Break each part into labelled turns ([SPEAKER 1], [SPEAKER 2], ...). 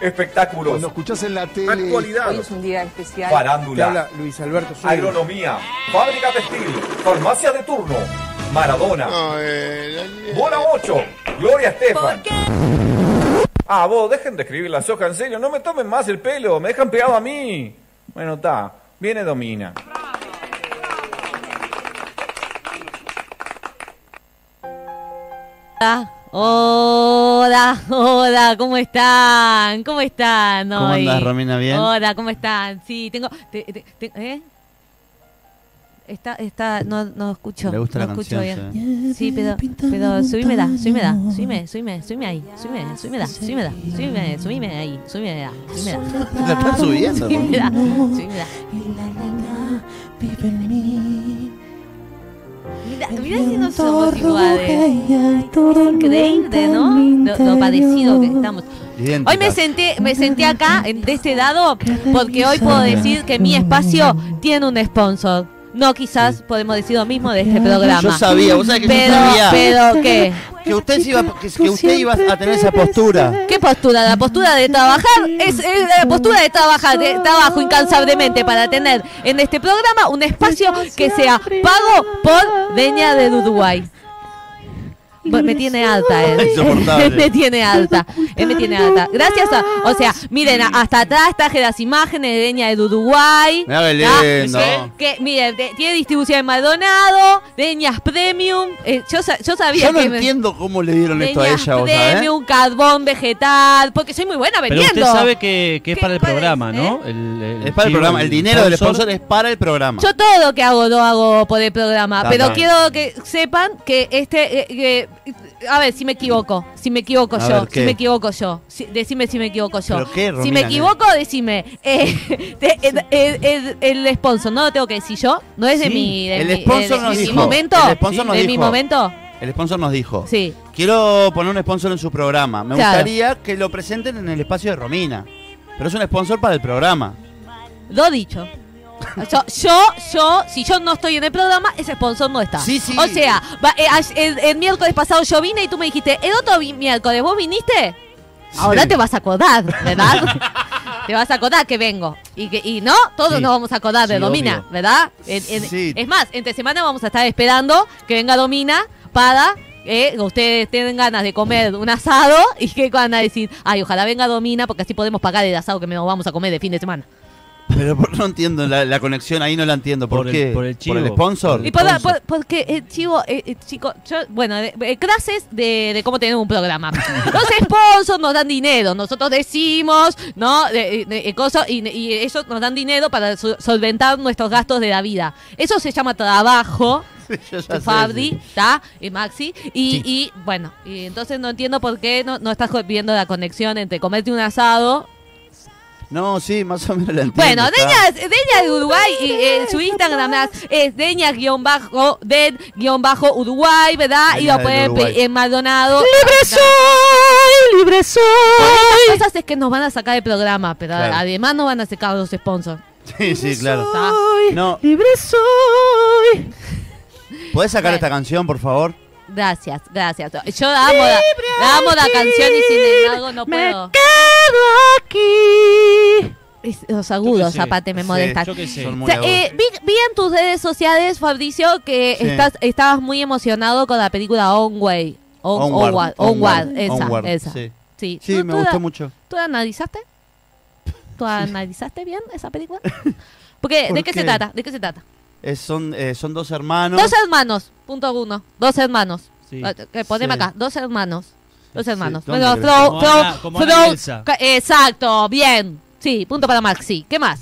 [SPEAKER 1] espectáculos,
[SPEAKER 2] Cuando escuchás en la tele,
[SPEAKER 3] Hoy
[SPEAKER 1] actualidad,
[SPEAKER 3] es un día especial.
[SPEAKER 2] te
[SPEAKER 1] farándula,
[SPEAKER 2] habla Luis Alberto Suárez.
[SPEAKER 1] agronomía, fábrica textil, farmacia de turno, Maradona,
[SPEAKER 4] No, eh,
[SPEAKER 1] Bola 8, Gloria Estefan.
[SPEAKER 3] ¿Por qué?
[SPEAKER 1] Ah, vos, dejen de escribir la soja, en serio, no me tomen más el pelo, me dejan pegado a mí. Bueno, está, viene Domina.
[SPEAKER 5] Hola, hola, ¿cómo están? ¿Cómo están
[SPEAKER 6] ¿Cómo
[SPEAKER 5] hoy?
[SPEAKER 6] andás, Romina? ¿Bien?
[SPEAKER 5] Hola, ¿cómo están? Sí, tengo... te- te- te- ¿Eh? Está, está, no, no escucho.
[SPEAKER 6] Le gusta
[SPEAKER 5] no
[SPEAKER 6] la
[SPEAKER 5] escucho
[SPEAKER 6] canción,
[SPEAKER 5] bien. Sí, pero, pero subímela, subímela, subime, subime, subime ahí, subime, subímela, subímela, subime, subime ahí, subímela, subímela,
[SPEAKER 6] La están subiendo.
[SPEAKER 5] subímela, subímela.
[SPEAKER 7] Vive en mí.
[SPEAKER 5] Mirá,
[SPEAKER 7] El
[SPEAKER 5] mirá si no
[SPEAKER 7] viento
[SPEAKER 5] somos iguales.
[SPEAKER 7] ruge y el tormenta
[SPEAKER 5] Increíble,
[SPEAKER 7] en
[SPEAKER 5] ¿no?
[SPEAKER 7] mi
[SPEAKER 5] Lo, lo parecido que
[SPEAKER 7] interior.
[SPEAKER 5] estamos. Hoy me senté, me senté acá, en- de este lado, porque hoy puedo decir que mi espacio tiene un sponsor. No, quizás podemos decir lo mismo de este programa.
[SPEAKER 6] Yo sabía, vos sabés que
[SPEAKER 5] pero,
[SPEAKER 6] yo sabía
[SPEAKER 5] pero ¿qué?
[SPEAKER 6] que usted, se iba, que,
[SPEAKER 7] Tú
[SPEAKER 6] que usted iba a tener esa postura.
[SPEAKER 5] ¿Qué postura? La postura de trabajar es, es la postura de trabajar, de trabajo incansablemente para tener en este programa un espacio que sea pago por Deña del Uruguay. Bu- Me tiene alta, eh.
[SPEAKER 6] Insoportable.
[SPEAKER 5] me tiene alta. Él me tiene alta. Gracias a. O sea, miren, a- hasta atrás traje las imágenes de Deña del Uruguay.
[SPEAKER 6] Mirá qué
[SPEAKER 5] Ah,
[SPEAKER 6] lindo.
[SPEAKER 5] Que, que, miren, de- tiene distribución en Maldonado, Deñas Premium. Eh, yo, sa- yo sabía
[SPEAKER 6] Yo no
[SPEAKER 5] que. me-
[SPEAKER 6] entiendo cómo le dieron esto a
[SPEAKER 5] Leñas,
[SPEAKER 6] ella, vos sabés.
[SPEAKER 5] deme un carbón vegetal, porque soy muy buena
[SPEAKER 8] Pero
[SPEAKER 5] vendiendo.
[SPEAKER 8] usted sabe que, que es
[SPEAKER 5] ¿Qué
[SPEAKER 8] para el
[SPEAKER 5] cuál es,
[SPEAKER 8] programa,
[SPEAKER 5] eh?
[SPEAKER 8] ¿no? El,
[SPEAKER 6] Es para el
[SPEAKER 8] chivo,
[SPEAKER 6] programa. El dinero del
[SPEAKER 8] sponsor.
[SPEAKER 6] sponsor es para el programa.
[SPEAKER 5] Yo todo lo que hago lo hago por el programa,
[SPEAKER 6] Está,
[SPEAKER 5] pero
[SPEAKER 6] está.
[SPEAKER 5] quiero que sepan que este... eh, que- a ver, si me equivoco, si me equivoco
[SPEAKER 6] A
[SPEAKER 5] yo,
[SPEAKER 6] ver, ¿qué?
[SPEAKER 5] si me equivoco yo, si- decime si me equivoco yo.
[SPEAKER 6] ¿Pero qué,
[SPEAKER 5] si
[SPEAKER 6] Romina,
[SPEAKER 5] me
[SPEAKER 6] eh?
[SPEAKER 5] equivoco, decime. Eh, te- el, el- el- el sponsor, ¿no lo tengo que decir yo? ¿No es de
[SPEAKER 8] Sí,
[SPEAKER 5] mi, de
[SPEAKER 6] el
[SPEAKER 5] mi-
[SPEAKER 6] sponsor
[SPEAKER 5] de-
[SPEAKER 6] nos
[SPEAKER 5] de mi
[SPEAKER 6] dijo,
[SPEAKER 5] momento?
[SPEAKER 6] el sponsor nos
[SPEAKER 5] ¿De mi
[SPEAKER 6] dijo.
[SPEAKER 5] momento?
[SPEAKER 6] El sponsor nos dijo.
[SPEAKER 5] Sí.
[SPEAKER 6] Quiero poner un sponsor en su programa. Me
[SPEAKER 5] Claro.
[SPEAKER 6] gustaría que lo presenten en el espacio de Romina. Pero es un sponsor para el programa.
[SPEAKER 5] Lo dicho. Yo, yo, yo, si yo no estoy en el programa, ese sponsor no está.
[SPEAKER 6] Sí, sí.
[SPEAKER 5] O sea, va- eh, ayer- el, el miércoles pasado yo vine y tú me dijiste, el otro vi- miércoles, ¿vos viniste? Ahora
[SPEAKER 6] Sí.
[SPEAKER 5] te vas a acordar, ¿verdad? te vas a acordar que vengo. Y que y no, todos
[SPEAKER 8] Sí.
[SPEAKER 5] nos vamos a acordar de
[SPEAKER 8] Sí,
[SPEAKER 5] Domina,
[SPEAKER 8] obvio.
[SPEAKER 5] ¿verdad? En- en-
[SPEAKER 6] Sí.
[SPEAKER 5] Es más, entre semana vamos a estar esperando que venga Domina para eh, que ustedes tengan ganas de comer un asado y que van a decir, ay, ojalá venga Domina porque así podemos pagar el asado que nos vamos a comer de fin de semana.
[SPEAKER 6] Pero por- no entiendo la, la conexión, ahí no la entiendo. ¿Por,
[SPEAKER 8] Por el-
[SPEAKER 6] qué?
[SPEAKER 8] por el chivo.
[SPEAKER 6] sponsor?
[SPEAKER 5] Y por-
[SPEAKER 8] Entonces-
[SPEAKER 5] por- porque, eh, chivo, eh, eh, chico, yo, bueno, de- eh, clases de, de cómo tener un programa. Los sponsors nos dan dinero, nosotros decimos, ¿no? De- eh, de- de cosas, y, y ellos nos dan dinero para so- solventar nuestros gastos de la vida. Eso se llama trabajo. eh,
[SPEAKER 6] Yo ya sé,
[SPEAKER 5] Fabri,
[SPEAKER 6] sí.
[SPEAKER 5] ¿está? Y Maxi. Y,
[SPEAKER 6] Sí.
[SPEAKER 5] y, bueno, y entonces no entiendo por qué no, no estás viendo la conexión entre comerte un asado
[SPEAKER 6] No, sí, más o menos la entiendo.
[SPEAKER 5] bueno,
[SPEAKER 6] está.
[SPEAKER 5] Deña, Deña de Uruguay, y, eh, su Instagram es Deña-Dead-Uruguay, ¿verdad?
[SPEAKER 6] Deña
[SPEAKER 5] Y lo
[SPEAKER 6] del
[SPEAKER 5] pueden
[SPEAKER 6] Uruguay.
[SPEAKER 5] pe- en Maldonado. ¡Libre soy! ¡Libre soy! Las cosas es que nos van a sacar del programa, pero
[SPEAKER 6] Claro.
[SPEAKER 5] además nos van a sacar los sponsors.
[SPEAKER 6] Sí, sí, claro.
[SPEAKER 5] ¿está?
[SPEAKER 6] No,
[SPEAKER 7] Libre soy.
[SPEAKER 6] ¿podés sacar
[SPEAKER 5] Bueno.
[SPEAKER 6] esta canción, por favor?
[SPEAKER 5] Gracias, gracias. Yo la amo, la, la amo la canción y sin embargo no
[SPEAKER 7] Me
[SPEAKER 5] puedo.
[SPEAKER 7] quedo aquí.
[SPEAKER 5] Es- Los agudos,
[SPEAKER 8] Yo qué sé,
[SPEAKER 5] aparte, me
[SPEAKER 6] sí,
[SPEAKER 5] molestan.
[SPEAKER 8] Yo qué sé.
[SPEAKER 6] Son
[SPEAKER 5] O
[SPEAKER 6] muy
[SPEAKER 5] sea,
[SPEAKER 6] agudos.
[SPEAKER 5] eh, vi, vi en tus redes sociales, Fabricio, que
[SPEAKER 6] Sí.
[SPEAKER 5] estás, estabas muy emocionado con la película Onward. On,
[SPEAKER 6] Onward,
[SPEAKER 5] Onward, Onward,
[SPEAKER 6] Onward,
[SPEAKER 5] esa,
[SPEAKER 6] Onward,
[SPEAKER 5] esa.
[SPEAKER 6] sí.
[SPEAKER 5] Sí,
[SPEAKER 6] Sí,
[SPEAKER 5] ¿Tú-
[SPEAKER 6] me
[SPEAKER 5] tú
[SPEAKER 6] gustó
[SPEAKER 5] la-
[SPEAKER 6] mucho.
[SPEAKER 5] ¿Tú la analizaste? ¿Tú analizaste bien esa película? Porque,
[SPEAKER 6] ¿Por
[SPEAKER 5] ¿de qué,
[SPEAKER 6] qué?
[SPEAKER 5] se trata? ¿De qué se trata?
[SPEAKER 6] Eh, son, eh, son dos hermanos.
[SPEAKER 5] Dos hermanos, punto uno. Dos hermanos.
[SPEAKER 8] Sí.
[SPEAKER 5] Ah, eh, poneme
[SPEAKER 6] Sí.
[SPEAKER 5] acá, dos hermanos. Dos
[SPEAKER 6] Sí,
[SPEAKER 5] hermanos.
[SPEAKER 6] ¿dónde
[SPEAKER 5] Bueno,
[SPEAKER 6] crees?
[SPEAKER 5] Fro-
[SPEAKER 8] Como
[SPEAKER 5] Fro-
[SPEAKER 8] Ana- como
[SPEAKER 5] Fro-
[SPEAKER 8] Ana y Elsa.
[SPEAKER 5] ca- Exacto, bien. Sí, punto para Maxi. ¿Qué más?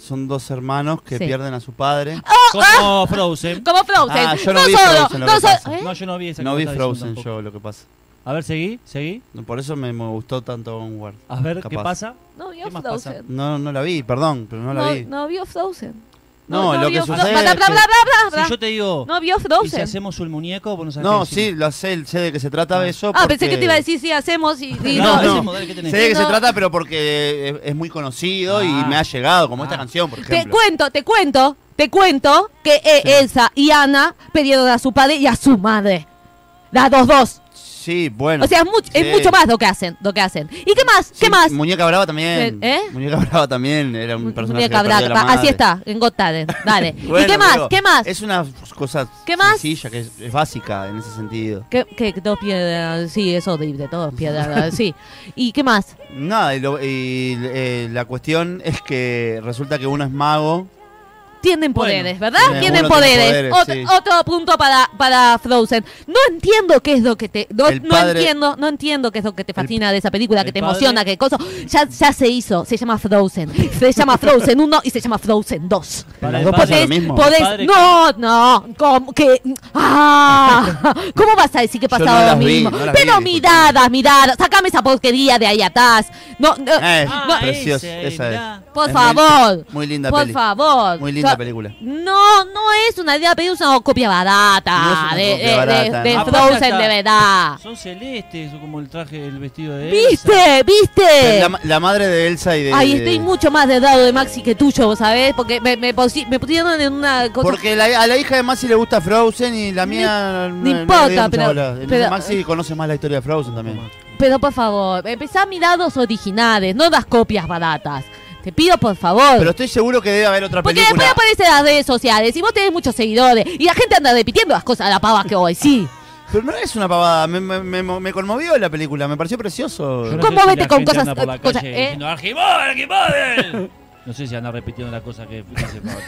[SPEAKER 6] Son dos hermanos que
[SPEAKER 5] Sí. Ah.
[SPEAKER 6] pierden a su padre.
[SPEAKER 8] Como Frozen.
[SPEAKER 5] Como Frozen.
[SPEAKER 6] Ah, yo no vi Frozen, lo que
[SPEAKER 5] solo-
[SPEAKER 6] pasa.
[SPEAKER 5] ¿Eh?
[SPEAKER 8] No, yo no vi esa
[SPEAKER 6] No
[SPEAKER 8] que
[SPEAKER 6] vi
[SPEAKER 8] vos estás
[SPEAKER 6] Frozen
[SPEAKER 8] diciendo tampoco.
[SPEAKER 6] yo, lo que pasa.
[SPEAKER 8] A ver, seguí, seguí.
[SPEAKER 6] Por eso me, me gustó tanto Onward.
[SPEAKER 8] A ver qué
[SPEAKER 6] Capaz.
[SPEAKER 8] pasa.
[SPEAKER 5] No vio
[SPEAKER 8] ¿Qué más pasa?
[SPEAKER 5] Frozen.
[SPEAKER 6] No, no la vi, perdón, pero no la vi.
[SPEAKER 5] No, vio Frozen.
[SPEAKER 6] No, lo
[SPEAKER 5] vio
[SPEAKER 6] que
[SPEAKER 5] Fro-
[SPEAKER 6] sucede
[SPEAKER 5] Bla,
[SPEAKER 6] es
[SPEAKER 5] bla,
[SPEAKER 6] que-
[SPEAKER 5] bla, bla, bla,
[SPEAKER 8] Si yo te digo,
[SPEAKER 5] Ah, No vio
[SPEAKER 8] ¿y si
[SPEAKER 5] Frozen.
[SPEAKER 8] hacemos el muñeco? Vos no sabés
[SPEAKER 6] No,
[SPEAKER 8] qué
[SPEAKER 6] sí,
[SPEAKER 8] decir.
[SPEAKER 6] lo sé, sé de qué se trata eso.
[SPEAKER 5] Ah, pensé que
[SPEAKER 6] porque-
[SPEAKER 5] te iba a decir si hacemos y, y
[SPEAKER 6] No,
[SPEAKER 5] no.
[SPEAKER 6] no.
[SPEAKER 8] hacemos, dale, ¿qué tenés?
[SPEAKER 6] Sé de qué se
[SPEAKER 5] No.
[SPEAKER 6] trata, pero porque es, es muy conocido y
[SPEAKER 8] Ah.
[SPEAKER 6] me ha llegado, como esta
[SPEAKER 8] Ah.
[SPEAKER 6] canción, por
[SPEAKER 5] Te
[SPEAKER 6] ejemplo.
[SPEAKER 5] cuento, te cuento, te cuento que eh, Elsa y Ana pidieron a su padre y a su madre. Las dos dos.
[SPEAKER 6] Sí, bueno.
[SPEAKER 5] O sea, es, much-
[SPEAKER 6] Sí.
[SPEAKER 5] es mucho más lo que hacen, lo que hacen. ¿Y qué más? ¿Qué
[SPEAKER 6] Sí,
[SPEAKER 5] más?
[SPEAKER 6] Muñeca Brava también.
[SPEAKER 5] ¿Eh?
[SPEAKER 6] Muñeca Brava también era un personaje.
[SPEAKER 5] Muñeca
[SPEAKER 6] que perdió
[SPEAKER 5] Braca.
[SPEAKER 6] la
[SPEAKER 5] Va, Ah, Así
[SPEAKER 6] madre.
[SPEAKER 5] está, en Got Talent. Dale. ¿Y
[SPEAKER 6] Bueno,
[SPEAKER 5] qué más?
[SPEAKER 6] pero
[SPEAKER 5] ¿Qué más?
[SPEAKER 6] Es una cosa
[SPEAKER 5] ¿Qué más?
[SPEAKER 6] sencilla, que es, es básica en ese sentido.
[SPEAKER 5] Que, que dos piedras, sí, es horrible, todos piedras, sí. ¿Y qué más?
[SPEAKER 6] Nada, y, lo- y, eh, la cuestión es que resulta que uno es mago.
[SPEAKER 5] Tienen
[SPEAKER 8] Bueno,
[SPEAKER 5] poderes, ¿verdad?
[SPEAKER 6] eh,
[SPEAKER 5] Tienen
[SPEAKER 6] uno tiene
[SPEAKER 5] poderes.
[SPEAKER 6] poderes,
[SPEAKER 5] Ot-
[SPEAKER 6] sí.
[SPEAKER 5] Otro punto para, para Frozen. No entiendo qué es lo que te. No,
[SPEAKER 6] El
[SPEAKER 5] no
[SPEAKER 6] padre-
[SPEAKER 5] entiendo, no entiendo qué es lo que te fascina de esa película, que
[SPEAKER 8] el
[SPEAKER 5] te
[SPEAKER 8] padre-
[SPEAKER 5] emociona, que cosa. Ya, ya se hizo, se llama Frozen. Se llama Frozen 1 y se llama Frozen 2.
[SPEAKER 6] Las
[SPEAKER 8] Para el
[SPEAKER 6] dos
[SPEAKER 8] padre-
[SPEAKER 5] Podés,
[SPEAKER 6] pasan lo mismo.
[SPEAKER 5] podés-
[SPEAKER 8] Padre,
[SPEAKER 5] no, no, ¿cómo, que, ah, ¿cómo vas a decir que
[SPEAKER 6] Yo no
[SPEAKER 5] pasaba lo
[SPEAKER 6] las vi,
[SPEAKER 5] mismo?
[SPEAKER 6] no las vi,
[SPEAKER 5] Pero
[SPEAKER 6] disculpe.
[SPEAKER 5] miradas, miradas, sacame esa porquería de ahí atrás. No, no,
[SPEAKER 6] Eh, es
[SPEAKER 8] Ah,
[SPEAKER 6] preciosa,
[SPEAKER 8] ese,
[SPEAKER 6] esa
[SPEAKER 8] mirá.
[SPEAKER 6] es.
[SPEAKER 5] por
[SPEAKER 6] Es muy-
[SPEAKER 5] favor.
[SPEAKER 6] Muy, linda
[SPEAKER 5] por
[SPEAKER 6] peli.
[SPEAKER 5] favor.
[SPEAKER 6] Muy linda
[SPEAKER 5] Yo-
[SPEAKER 6] película.
[SPEAKER 5] No, no es una idea de pedir una copia barata.
[SPEAKER 6] No es una
[SPEAKER 5] de, eh,
[SPEAKER 6] copia
[SPEAKER 5] de-
[SPEAKER 6] barata,
[SPEAKER 5] de- de
[SPEAKER 6] ¿no?
[SPEAKER 8] Aparte
[SPEAKER 5] Frozen
[SPEAKER 8] hasta-
[SPEAKER 5] de verdad.
[SPEAKER 8] Son celestes, como el traje, el vestido de Elsa.
[SPEAKER 5] ¿Viste? ¿Viste?
[SPEAKER 6] La, eh, la madre de Elsa y de.
[SPEAKER 5] Ay, estoy mucho más de dado de Maxi que tuyo, ¿vos ¿sabés? Porque me, me, posi- me pusieron en una cosa.
[SPEAKER 6] Porque la- a la hija de Maxi le gusta Frozen y la mía.
[SPEAKER 5] no
[SPEAKER 6] le
[SPEAKER 5] importa,
[SPEAKER 6] dio mucha
[SPEAKER 5] pero-
[SPEAKER 6] bola. Entonces
[SPEAKER 5] pero-
[SPEAKER 6] Maxi conoce más la historia de Frozen también.
[SPEAKER 5] Pero por favor, empezá a mirar los originales, no las copias baratas. Te pido por favor.
[SPEAKER 6] Pero estoy seguro que debe haber otra
[SPEAKER 5] porque
[SPEAKER 6] película.
[SPEAKER 5] después aparecen las redes sociales y vos tenés muchos seguidores y la gente anda repitiendo las cosas a la pava que hoy, sí.
[SPEAKER 6] Pero no es una pavada, me, me- me- me conmovió la película, me pareció precioso.
[SPEAKER 8] Yo no
[SPEAKER 5] ¿Cómo
[SPEAKER 8] sé si
[SPEAKER 5] vete
[SPEAKER 8] la
[SPEAKER 5] con
[SPEAKER 8] gente
[SPEAKER 5] cosas-
[SPEAKER 8] anda por la
[SPEAKER 5] eh, cosas,
[SPEAKER 8] calle
[SPEAKER 5] eh?
[SPEAKER 8] diciendo, "Argimón, Argimón". No sé si anda repitiendo las cosas que que hace Pablo.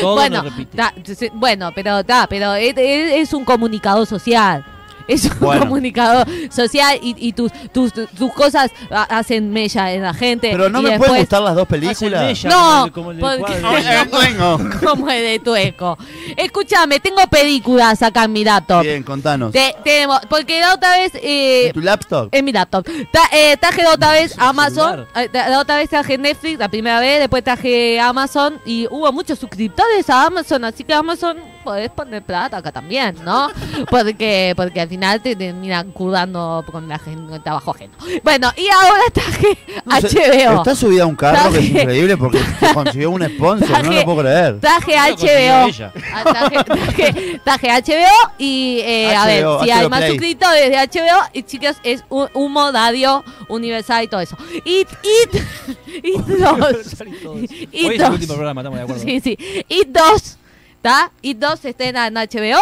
[SPEAKER 8] Todo
[SPEAKER 5] bueno,
[SPEAKER 8] lo repite.
[SPEAKER 5] ta- se- bueno, pero ta, pero es, es- es un comunicador social. Es un
[SPEAKER 6] Bueno.
[SPEAKER 5] comunicador social y, y tus, tus, tus cosas ha- hacen mella en la gente.
[SPEAKER 6] Pero no
[SPEAKER 5] y
[SPEAKER 6] me pueden
[SPEAKER 5] después-
[SPEAKER 6] gustar las dos
[SPEAKER 8] Hacen
[SPEAKER 6] películas.
[SPEAKER 8] mella
[SPEAKER 5] No,
[SPEAKER 8] como el- como el del
[SPEAKER 5] porque-
[SPEAKER 8] cuadro.
[SPEAKER 6] Bueno,
[SPEAKER 5] Como es de tueco. Escúchame, tengo películas acá en mi laptop.
[SPEAKER 6] Bien, contanos.
[SPEAKER 5] Te- tenemos, porque la otra vez eh,
[SPEAKER 6] ¿En ¿Tu laptop?
[SPEAKER 5] En mi laptop. Ta- eh, traje la otra vez Amazon.
[SPEAKER 8] celular.
[SPEAKER 5] eh, ta- la otra vez traje Netflix, la primera vez. Después traje Amazon. Y hubo muchos suscriptores a Amazon. Así que Amazon podés poner plata acá también, ¿no? Porque, porque al final te terminan curando con la gente, el trabajo ajeno. Bueno, y ahora traje
[SPEAKER 6] No sé,
[SPEAKER 5] HBO.
[SPEAKER 6] Está subida a un carro que es
[SPEAKER 5] Traje-
[SPEAKER 6] increíble porque consiguió un sponsor, no
[SPEAKER 5] Traje-
[SPEAKER 6] lo puedo creer.
[SPEAKER 5] Traje
[SPEAKER 8] No lo consiguió
[SPEAKER 5] HBO.
[SPEAKER 8] ella.
[SPEAKER 5] Ah, Traje, traje- traje HBO y eh, a ver,
[SPEAKER 6] HBO,
[SPEAKER 5] si hay
[SPEAKER 6] HBO
[SPEAKER 5] más
[SPEAKER 6] Play.
[SPEAKER 5] suscriptores de HBO, y chicas, es un- Humo, Dadio, Universal y todo eso. It, it, it 2.
[SPEAKER 8] Hoy
[SPEAKER 5] It
[SPEAKER 8] es el
[SPEAKER 5] 2.
[SPEAKER 8] último programa, estamos de acuerdo.
[SPEAKER 5] Sí, sí. It 2, ¿está? It 2 estrena en HBO.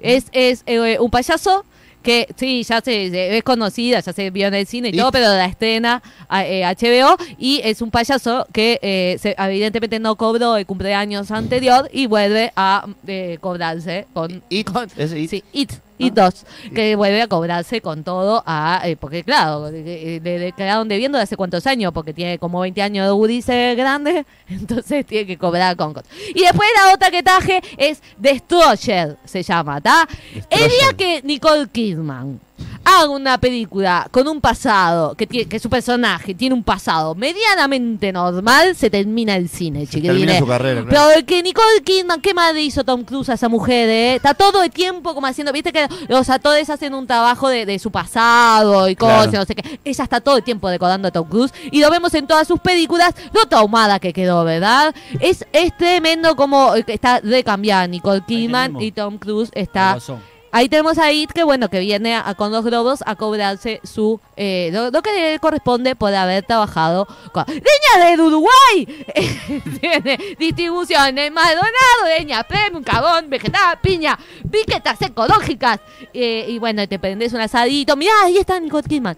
[SPEAKER 5] Es, es eh, un payaso que, sí, ya se, se- es conocida, ya se vio en el cine y
[SPEAKER 6] It.
[SPEAKER 5] todo, pero la estrena a- eh, HBO y es un payaso que eh, se- evidentemente no cobró el cumpleaños anterior y vuelve a eh, cobrarse con...
[SPEAKER 6] It,
[SPEAKER 5] con-
[SPEAKER 6] es It. Ah.
[SPEAKER 5] Sí, It. It 2, que vuelve a cobrarse con todo a... eh, porque claro, eh, eh, le, le quedaron debiendo de hace cuántos años, porque tiene como 20 años de Ulises grande, entonces tiene que cobrar con... cosas. Y después la otra que traje es Destroyer, se llama, ¿está? El día
[SPEAKER 6] Destroyer.
[SPEAKER 5] que Nicole Kidman haga una película con un pasado, que, tiene, que su personaje tiene un pasado medianamente normal, se termina el cine,
[SPEAKER 6] Termina
[SPEAKER 5] chiquilines.
[SPEAKER 6] su carrera. claro.
[SPEAKER 5] Pero el que Nicole Kidman, ¿qué mal le hizo Tom Cruise a esa mujer, eh? Está todo el tiempo como haciendo, viste que los actores hacen un trabajo de, de su pasado y cosas,
[SPEAKER 6] Claro.
[SPEAKER 5] no sé qué. Ella está todo el tiempo decorando a Tom Cruise y lo vemos en todas sus películas, lo traumada que quedó, ¿verdad? Es, es tremendo como eh, que está recambiada Nicole Kidman
[SPEAKER 8] tenemos.
[SPEAKER 5] y Tom Cruise
[SPEAKER 8] Con
[SPEAKER 5] está...
[SPEAKER 8] razón.
[SPEAKER 5] Ahí tenemos a It, que bueno, que viene a- con los globos a cobrarse su eh, lo, lo que le corresponde por haber trabajado con... ¡Leña del Uruguay! Tiene distribución en Maldonado, leña premium, cabón, vegetal, piña, piquetas ecológicas. Eh, y bueno, te prendes un asadito. Mirá, ahí está Nicole Kidman.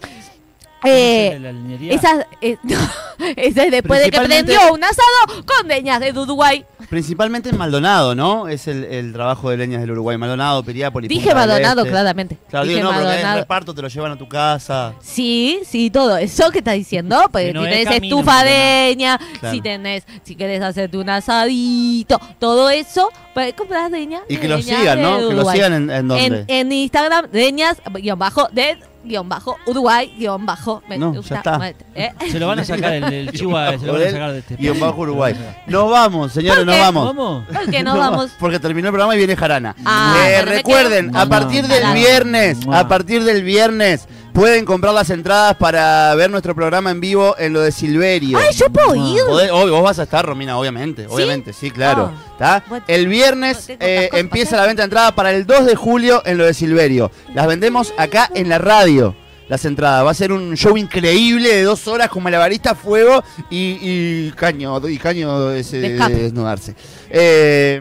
[SPEAKER 5] Eh,
[SPEAKER 8] ¿Conocen la linealidad?
[SPEAKER 5] esa, eh, esa es después de que
[SPEAKER 6] Principalmente-
[SPEAKER 5] prendió un asado con leñas de Uruguay.
[SPEAKER 6] Principalmente en Maldonado, ¿no? Es el, el trabajo de leñas del Uruguay. Maldonado, Piriápolis.
[SPEAKER 5] Dije
[SPEAKER 6] Punta del
[SPEAKER 5] Maldonado,
[SPEAKER 6] Este.
[SPEAKER 5] claramente.
[SPEAKER 6] Claro,
[SPEAKER 5] Dije
[SPEAKER 6] digo, no, pero que el
[SPEAKER 5] Maldonado.
[SPEAKER 6] reparto te lo llevan a tu casa.
[SPEAKER 5] Sí, sí, todo eso que estás diciendo, porque
[SPEAKER 8] no
[SPEAKER 5] si
[SPEAKER 8] es
[SPEAKER 5] tenés
[SPEAKER 8] camino,
[SPEAKER 5] estufa
[SPEAKER 8] no.
[SPEAKER 5] de leña,
[SPEAKER 6] Claro.
[SPEAKER 5] si tenés, si querés hacerte un asadito, todo eso, pues, para comprar leña.
[SPEAKER 6] Y que lo
[SPEAKER 5] leña
[SPEAKER 6] sigan,
[SPEAKER 5] de
[SPEAKER 6] ¿no? Que lo
[SPEAKER 5] Uruguay.
[SPEAKER 6] sigan en, en dónde.
[SPEAKER 5] En, en Instagram, leñas, guión bajo, de, guión bajo, Uruguay, guión bajo, me
[SPEAKER 6] No, ya
[SPEAKER 5] gusta,
[SPEAKER 6] está.
[SPEAKER 5] me- ¿eh?
[SPEAKER 8] Se lo van a sacar el, el chihuahua, se lo van a sacar de este
[SPEAKER 6] Y en
[SPEAKER 8] espacio.
[SPEAKER 6] Bajo Uruguay. Nos vamos, señores,
[SPEAKER 5] ¿Por
[SPEAKER 6] nos
[SPEAKER 5] qué?
[SPEAKER 6] vamos.
[SPEAKER 8] ¿Vamos?
[SPEAKER 5] ¿Por qué no
[SPEAKER 6] Nos
[SPEAKER 5] vamos?
[SPEAKER 6] Porque terminó el programa y viene Jarana.
[SPEAKER 5] Ah,
[SPEAKER 6] Eh,
[SPEAKER 5] pero me
[SPEAKER 6] recuerden,
[SPEAKER 5] quedo-
[SPEAKER 6] a partir del
[SPEAKER 5] Jarana.
[SPEAKER 6] viernes, a partir del viernes, Pueden comprar las entradas para ver nuestro programa en vivo en lo de Silverio.
[SPEAKER 5] Ay, yo puedo ir.
[SPEAKER 6] Podés- hoy vos vas a estar, Romina, obviamente. Obviamente, sí, claro.
[SPEAKER 5] Ah.
[SPEAKER 6] ¿Tá?
[SPEAKER 5] Bueno,
[SPEAKER 6] El viernes
[SPEAKER 5] tengo otras
[SPEAKER 6] eh,
[SPEAKER 5] cosas
[SPEAKER 6] empieza
[SPEAKER 5] para hacer.
[SPEAKER 6] la venta de entradas para el 2 de julio en lo de Silverio. Las vendemos acá en la radio. Las entradas. Va a ser un show increíble de dos horas con malabarista a fuego y, y caño. Y caño ese
[SPEAKER 5] De
[SPEAKER 6] de
[SPEAKER 5] escape.
[SPEAKER 6] desnudarse. Eh,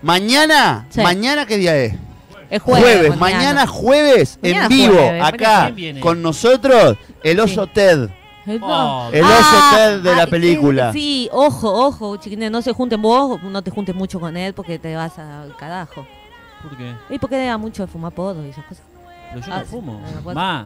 [SPEAKER 6] mañana,
[SPEAKER 5] Sí.
[SPEAKER 6] mañana, ¿qué día es?
[SPEAKER 5] Es jueves.
[SPEAKER 6] Jueves, mañana jueves,
[SPEAKER 5] Mañana
[SPEAKER 6] en vivo,
[SPEAKER 5] jueves,
[SPEAKER 8] mañana
[SPEAKER 6] acá,
[SPEAKER 8] ¿quién viene?
[SPEAKER 6] con nosotros, el oso Ted.
[SPEAKER 5] No.
[SPEAKER 8] Oh,
[SPEAKER 6] El oso
[SPEAKER 5] Ah,
[SPEAKER 6] Ted de la
[SPEAKER 5] ay,
[SPEAKER 6] película.
[SPEAKER 5] Sí, ojo, ojo, chiquines, no se junten vos, no te juntes mucho con él porque te vas al carajo.
[SPEAKER 8] ¿Por qué?
[SPEAKER 5] Y porque da mucho de fumar podo y esas cosas.
[SPEAKER 8] Pero yo
[SPEAKER 5] Ah,
[SPEAKER 8] no
[SPEAKER 5] sí, pues-
[SPEAKER 8] fumo.
[SPEAKER 5] no, no puedo.
[SPEAKER 8] Ma,